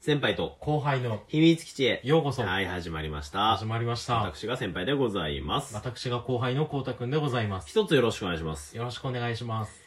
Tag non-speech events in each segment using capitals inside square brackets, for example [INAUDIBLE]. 先輩と後輩の秘密基地へ。ようこそはい、始まりました。始まりました。私が先輩でございます。私が後輩のこうたくんでございます。一つよろしくお願いします。よろしくお願いします。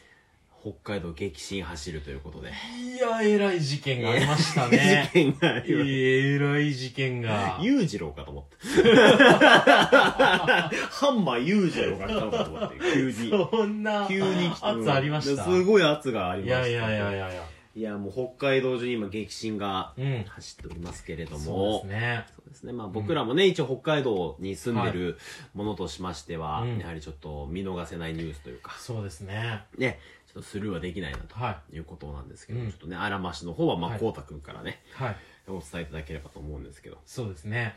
北海道激震走るということで。いや、えらい事件がありました事ね。件がありましえらい事件がた。。裕次郎かと思 [LAUGHS] って。ハンマー裕次郎が来たのかと思って、急に。そんな急に来た。圧ありました。すごい圧がありいました。やいやいやい。やいや。いや、もう北海道中に今激震がうん。走っておりますけれども。そうですね。そうですね。まあ僕らもね、一応北海道に住んでるものとしましては、うんやはりちょっと見逃せないニュースというか、そうですね。ね、ちょっとスルーはできないなとはいうことなんですけど、うんちょっとね、あらましの方は、まはあ、いこうたくんからね、い。はい。お伝えいただければと思うんですけど。そうですね。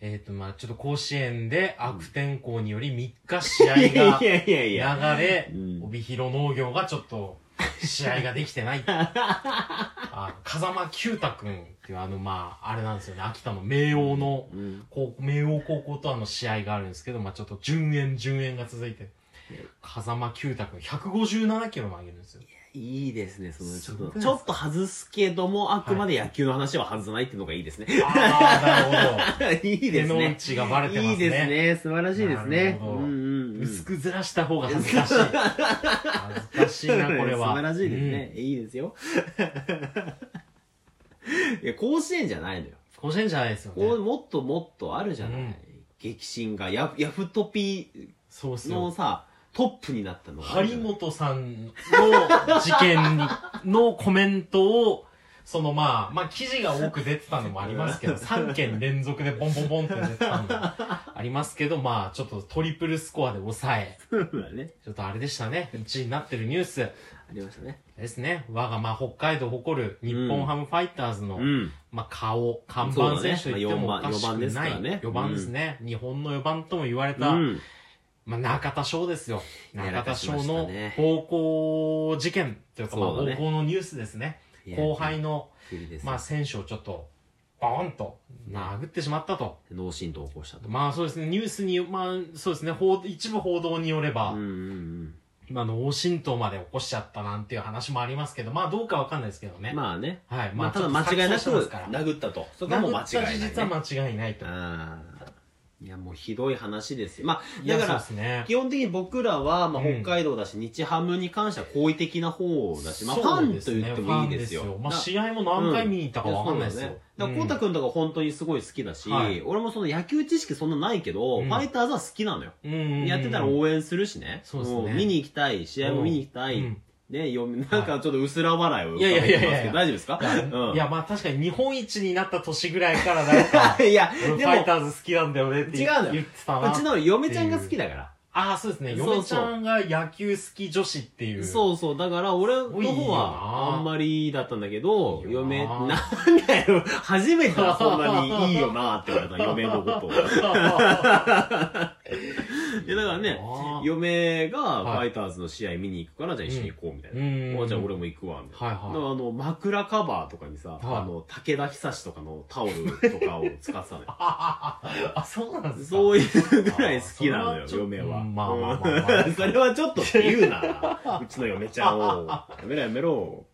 えっ、と、まあちょっと甲子園で悪天候により3日試合いやがいやいやいや。流れう、ん帯広農業がちょっと試合ができて [LAUGHS] ない。あ風間九太くんっていうあの、まああれなんですよね、秋田の明桜の、うん高校明桜高校とあの試合があるんですけど、まあちょっと順延、順延が続いて、風間九太くん157キロ投げるんですよ。いいですね、その、ちょすごっくと、なちいょっと外すけども、あくまで野球の話は外さないっていうのがいいですね。ああ、なるほど。 [LAUGHS] いい手ですのね。内がバレてますね。いいですね。素晴らしいですなるね。ほどうんうんうん。薄くずらした方が恥ずかしい。恥ずかしいな、これは。 [LAUGHS] 素晴らしいですね。いいですよ。いや、甲子園じゃないのよ。うん。甲子園じゃないですよこうね。もっともっとあるじゃない。うん激震がヤ、ヤフトピそうっすのよ。さ、トップになったのがあるじ張ゃない。本さんの事件にのコメントを、そのまあ、まあ記事が多く出てたのもありま [LAUGHS] すけど、3件連続でボンボンボンって出てたのもありますけど、まあちょっとトリプルスコアで抑え、そうだね。ちょっとあれでしたね。1位になってるニュースありましたね。ですね。我がまあ北海道を誇る日本ハムファイターズの、うん。まあ、顔、看板選手と言ってそうだねもおまあかしくな4い。番ですからね4番ですね。日本の4番とも言われうた、ん。まあ、中田翔ですよ。や中ら田かしま翔したねの暴行事件というか、まあ、そうだ暴ね行のニュースですね。いや後輩。の、びっくりですよまあ、選手をちょっと、ボーンと殴ってしまったと。脳震盪を起こしたと。まあ、そうですね。ニュースに、まあ、そうですね。報一部報道によれば、うんうんまあ、脳震盪まで起こしちゃったなんていう話もありますけど、まあ、どうかわかんないですけどうね。ん。まあね。はい。まあ、ただちょ間っ違といなく錯綜してますから殴ったと。そこはもう殴間った違いない、事ね。実は間違いないと。あーいや、もうひどい話ですよ。まあ、いやだかそうらで、すね。 [LAUGHS] 基本的に僕らは、まあ、うん北海道だし、日ハムに関しては好意的な方だし、まあ、フそうァンですとね言ってもいいですよ。ファンまあ、だ試合も何回見に行ったかわかんないですよ。だから、こうたくんとか本当にすごい好きだし、はい俺もその野球知識そんなないけど、うんファイターズは好きなのよ。うんうんやってたらうん応援するしね。そうですねも見に行きたい、試合も見に行きたい。うんね、よなんかちょっと薄ら笑いをいやいやいやいや浮かべてますけど大丈夫ですか、いや、まあ確かに日本一になった年ぐらいからなんかいや、俺フ [LAUGHS] でァイも、ターズ好きなんだよねって言違うのよ言ってたうちな。の嫁ちゃんが好きだから。ああ、そうですね。そうそう嫁ちゃんが野球好き女子っていう。う。そうそう。だから、俺のごい方いいよは、あなんまりだったんだけど、いいよな嫁、なんだよ、初めてはそんなにいいよなって言 [LAUGHS] われた、嫁のことを。いや、だからね、嫁がファイターズの試合見に行くから、じゃあ一緒に行こうみたいな。うんおじゃあ俺も行くわ、みたいな。はいだからはあの、枕カバーとかにさ、はいあの、武田久志とかのタオルとかを使ってたのよ。い。あ、そうなんですかそういうぐらい好きなのよあ、ーそれはちょ嫁は。うんまあまあまあまあうん [LAUGHS] それはちょっとって言うな。うちの嫁ちゃんを。やめろやめろ。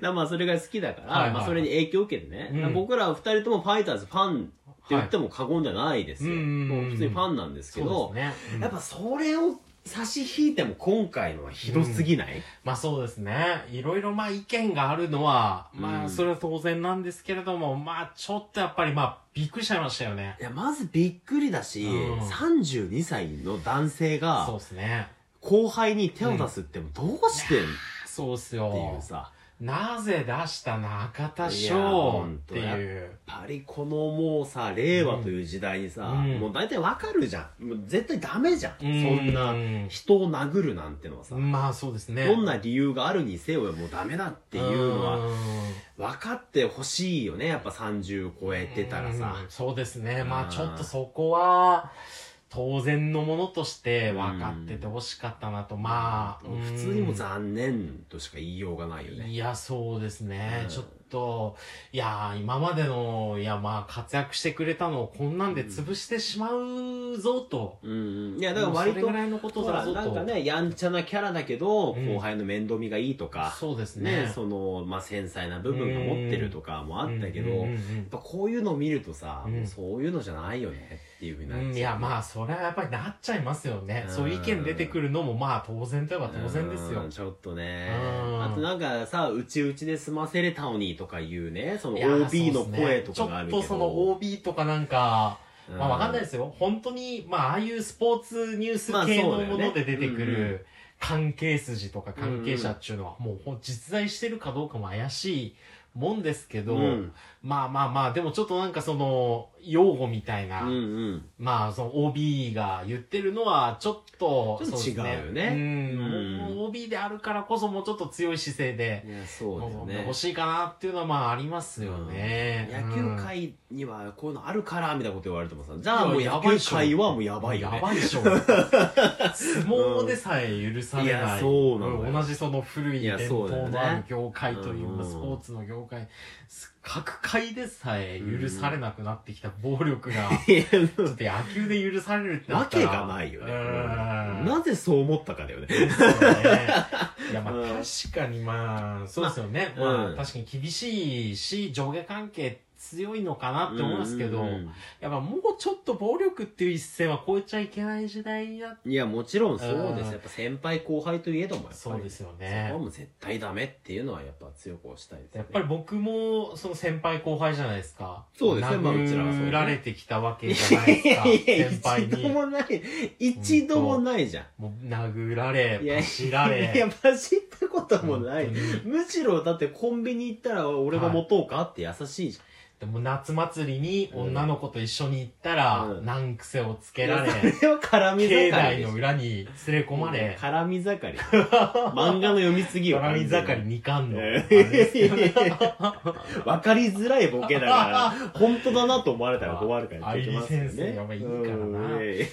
だまあそれが好きだから、はいはいまあそれに影響を受けてね。うん僕ら二人ともファイターズファンって言っても過言じゃないですよ。はいうんもう普通にファンなんですけそどう、ですね。うんやっぱそれを差し引いても今回のはひどすぎない、まあそうですね。いろいろまあ意見があるのは、まうあんそれは当然なんですけれども、まあちょっとやっぱりまあびっくりしちゃいましたよね。いや、まずびっくりだし、うん32歳の男性そうがですね。後輩に手を出すってもどうしてんっそうっすていよう。さ。なぜ出した中田いや翔本っ当ていう。やっぱりこのもうさ令和という時代にさ、うんもう大体わかるじゃんもう絶対ダメじゃん、そんなう人を殴るなんてのはさ、ん。まあそうですね。どんな理由があるにせよもうダメだっていうのはん分かってほしいよねやっぱ30超えてたらさうんそうですね。うんまあちょっとそこは、当然のものとして分かっててほしかったなと。まあ。もう普通にもう残念としか言いようがないよねいや、そうですね。うんちょっと、いやー、今までの、いや、まあ、活躍してくれたのをこんなんで潰してしまうぞと。うんうん。いや、だから割もうそれとぐ、らいのことほだら、ぞと。なんかね、やんちゃなキャラだけど、うん後輩の面倒見がいいとか、そうですね。ね、その、まあ、繊細な部分が持ってるとかもあったけど、うんうんうんやっぱこういうのを見るとさ、うんもうそういうのじゃないよねっていうふうにうなっんうん、いちゃやう。まあそれはやっぱりなっちゃいますよねうんそういう意見出てくるのもまあ当然といえば当然ですようんちょっとね。うんあとなんかさ、うちうちで済ませれたのにとかいうね、そのいや OB そのうっすね声とかがあるけど。。ちょっとその OB とかなんか、まあわかんないですすよ。本当に、まあああいうスポーツニュースまあそうだ系よのねもので出てくうんうる関係筋とか関係者っていうのはもうほん実在してるかどうかも怪しいもんですけうど、ん。まあまあまあ、でもちょっとなんかその、用語みたいな、うんうん。まあその OB が言ってるのはちょっと、ちょっとそうです違うよねうん。うんもう OB であるからこそもうちょっと強い姿勢で、いや、そうだよもうね欲。しいかなっていうのはまあありますよね。野うん球界にはこういうのあるから、みたいなこと言われてもさ、じゃあもういや野やばいっ球しょ界はもうやばいよやね。ばいでしょ。相撲でさえ許されいなやい。そうなのよん同じその古いいや伝そうだよ統ねのある業界といううんか、スポーツの業界、各界でさえ許されなくなってきた暴力が、いちやょっと野球で許されるってなわったけらがないよね。うんなぜ [LAUGHS] そう思ったかだよね。そうねいやまあうん確かにまあそうですよね、ままああうん確かに厳しいし上下関係強いのかなって思いますけど、うんうんやっぱもうちょっと暴力っていう一線は超えちゃいけない時代になっていや、もちろんそうです。うんやっぱ先輩後輩といえどもやっぱり。そうですよそねこは。もう絶対ダメっていうのはやっぱ強く推したいですね。やっぱり僕もその先輩後輩じゃないですか。そうですねまあうちらはそうね殴られてきたわけじゃないですか。 [LAUGHS] いやいや、先輩一度に。もない、一度もないじゃん。もう殴られいや、走られ。いや、走ったこともない本当。にむしろだってコンビニ行ったら俺が持とうかって優しいじでも夏祭りに女の子と一緒に行ったら、うん難癖をゃつん。けら [LAUGHS] れ、それは絡み盛りで境しょ。内の裏に連れ込ま [LAUGHS] れ、絡み盛り。漫画の読みすぎよ。 [LAUGHS] 絡み盛り二冠の。えあれですけどーわかりづらいボケだから、本当だなと思われたら困るからあ言っときますよね、愛理先生やばいいいからなうんいやいやいや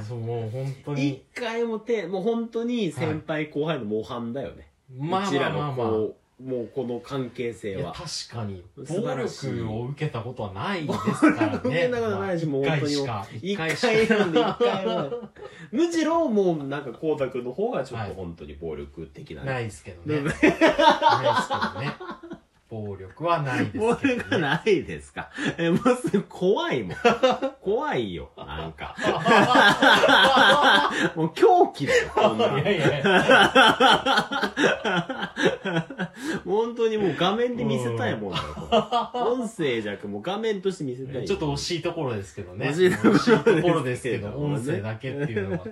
ー、そう、もう本当一に。回も手、もう本当に先輩後輩の模範だよね。まあうちまらあまのあまあ。こう、もうこの関係性いやは。確かに、素暴晴らしい力を受けたことはな [LAUGHS] いですからね。暴力を受けたことないしもうまあ本当に一回しか。一回しかなんで一回も。むしろもうなんか光太くんの方がちょっと本当に暴力的なね。ないですけどね。ないですけどね。暴力はないですけど、ね。暴力がないですか。え、もうすぐ怖 [LAUGHS] いもん。怖いよ、なんか。もう狂気だよ、こんなの [LAUGHS] いやいやいや。本当にもう画面で見せたいもんだよ、 [LAUGHS] これ音声じゃなくもう画面として見せたい。ちょっと惜しいところですけどね。惜しいところですけど惜しいところですけど、音声だけっていうのは。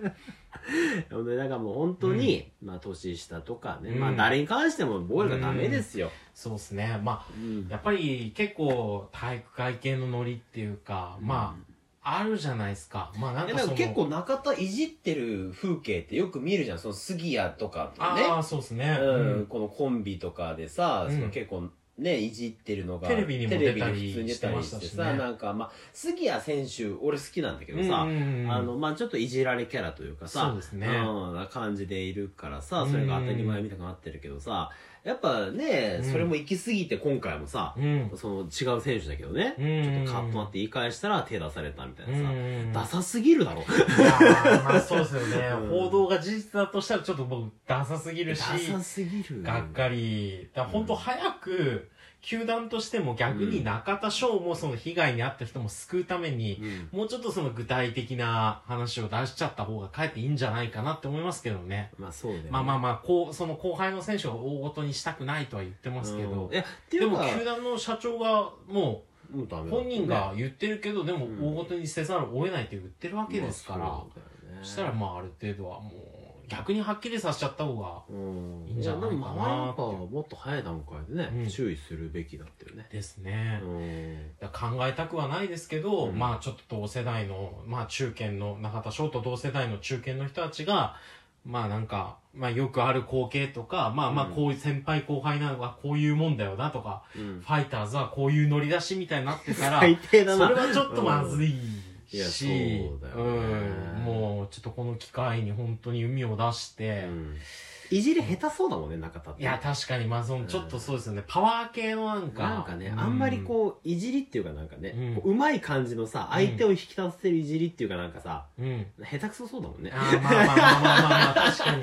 ほんで、だからもう本当に、まあ、年下とかね、うんまあ、誰に関しても暴力はダメですよ。そうですね。まあ、うんやっぱり結構体育会系のノリっていうか、まあ、あるじゃないですか。まあなんえかなそんかの。結構中田いじってる風景ってよく見るじゃん。その杉谷とかとねあ。あ、そうですね。うん、このコンビとかでさ、うんその結構ね、いじってるのが。テレビにも出たりテレビに普通に出たりしてさ、してましたしねなんかまあ、杉谷選手、俺好きなんだけどさ、ああの、まあちょっといじられキャラというかさ、そうですねうん、な感じでいるからさ、それが当たり前みたくなってるけどさ、やっぱね、うんそれも行き過ぎて今回もさ、うん。その違う選手だけどね、うんちょっとカッとなって言い返したら手出されたみたいなさ、うんダサすぎるだろ。いやーまあそうですよね、うん報道が事実だとしたらちょっと僕ダサすぎダるしサすぎる。がっかりだから本当早く球団としても逆に中田翔もその被害に遭った人も救うために、うんもうちょっとその具体的な話を出しちゃった方がかえっていいんじゃないかなって思いますけどね。まあそうだよね。まあまあまあ、こう、その後輩の選手を大ごとにしたくないとは言ってますけどうんい。や、っていでうもか、球団の社長がももうダうメだ本人が言ってるけど、でも大ごとにせざるを得ないって言ってるわけですから。まあそうだよねそしたらまあある程度はもう逆にはっきりさせちゃった方がうんいいんじゃないかなっていやでうも周りなんかはもっと早い段階でね、うん注意するべきだったよね、ですねう、んだから考えたくはないですけど、うんまあちょっと同世代のまあ中堅の中田翔と同世代の中堅の人たちがまあなんか、まあよくある光景とか、まあまあうんこういう先輩後輩なのはこういうもんだよなとか、うん [LAUGHS] ファイターズはこういう乗り出しみたいになってたら、最低だそれなはちょっとまずいうんいやそうし、だうよねん、もうちょっとこの機会に本当に海を出して、うんいじり下手そうだもんね、中田って。いや、確かに、まあ、その、ちょっとそうですよね。パワー系のなんか。なんかね、あんまりこう、いじりっていうかなんかうんね、こううまい感じのさ、相手を引き立たせるいじりっていうかなんかさ、うん。うん。下手くそそうだもんね。あーまあまあまあまあまあまあ、確かに。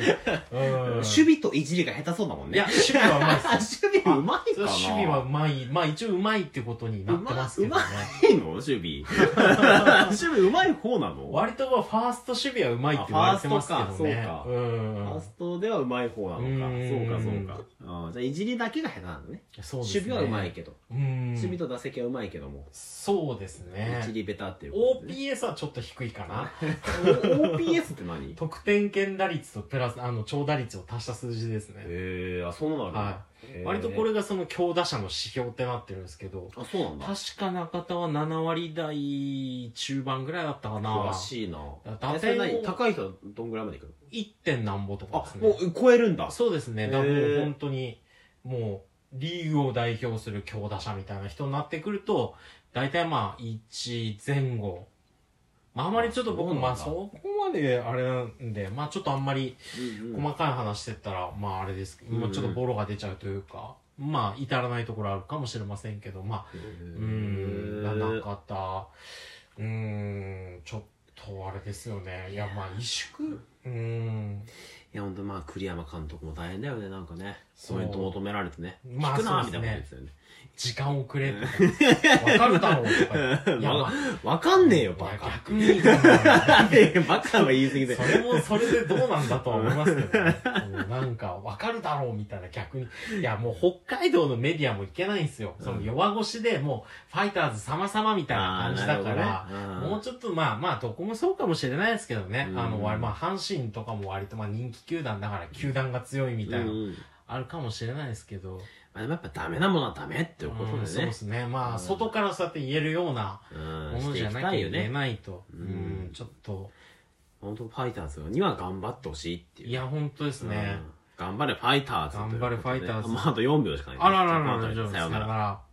うん。守備といじりが下手そうだもんいや、ね。守備はうまいっす。 [LAUGHS] 守備う [LAUGHS] まいかな守備 [LAUGHS] はうまい。まあ一応うまいってことになってますけどねう。まいの守備。守備うまい方なの割とはファースト守備はうまいって言われてますけどあファーストね。かそうフうァんーストではうまい方なのか。そうんうか、そうか。あーじゃあ、いじりだけが下手なのね。そう守ですね。備はうまい。けど。うん。守備と打席はうまいけども。そうでいすじね。りベタっていうことでね。 OPS はちょっと低いか [LAUGHS] な。お OPS って [LAUGHS] 何得点圏打率とプラス、あの、長打率を足した数字ですね。へえあそうなんだ、はへー割とこれがその強打者の指標ってなってるんですけど、あそうなんだ確か中田は7割台中盤ぐらいだったかな詳。しいな打点をえそれ何高い人はどんぐらいまでいくの 1. 点なんぼとかであすもね。う超えるんだそうですへね。ーだからもう本当に、もう、リーグを代表する強打者みたいな人になってくると、大体まあ、1前後。まあ、あまりちょっと僕、そうなんだまあ、そこまであれなんで、まあ、ちょっとあんまり、うんうん細かい話してったら、まああれですけど、うんまあちょっとボロが出ちゃうというか、まあ至らないところあるかもしれませんけど、まあ、へうーーん、中田、うーん、ちょっとあれですよね。いや、まあ萎縮うーん。いや本当まあ栗山監督も大変だよねなんかねそコうメント求められてねまあ聞くなそみうでたいなこすと言ねってたよね時間遅れとか、わかるだろう [LAUGHS] とか。いや、まあわかんねえよバカ [LAUGHS] 逆に、そバカは言い過ぎでれもそれでどうなんだとは思います [LAUGHS] けどね、うんなんかわかるだろうみたいな逆に。いや、もう北海道のメディアもいけないんですよ。その弱腰でもうファイターズ様々みたいな感じだから。もうちょっとまあまあどこもそうかもしれないですけどね、うんあの割まあ阪神とかも割とまあ人気球団だから球団が強いみみたいな、うんうんあるかもしれないですけど、まあ、でもやっぱダメなものはダメっていうことうんでそうでねすねまあ、うん外からそうやって言えるようなうんものしてじいゃきなきゃたいよいけねないと、うんうんちょっと本当ファイターズには頑張ってほしいっていういや本当ですね、うん頑張れファイターズということで頑張れファイターズあもうあと4秒しかないあらららじゃあらさようならら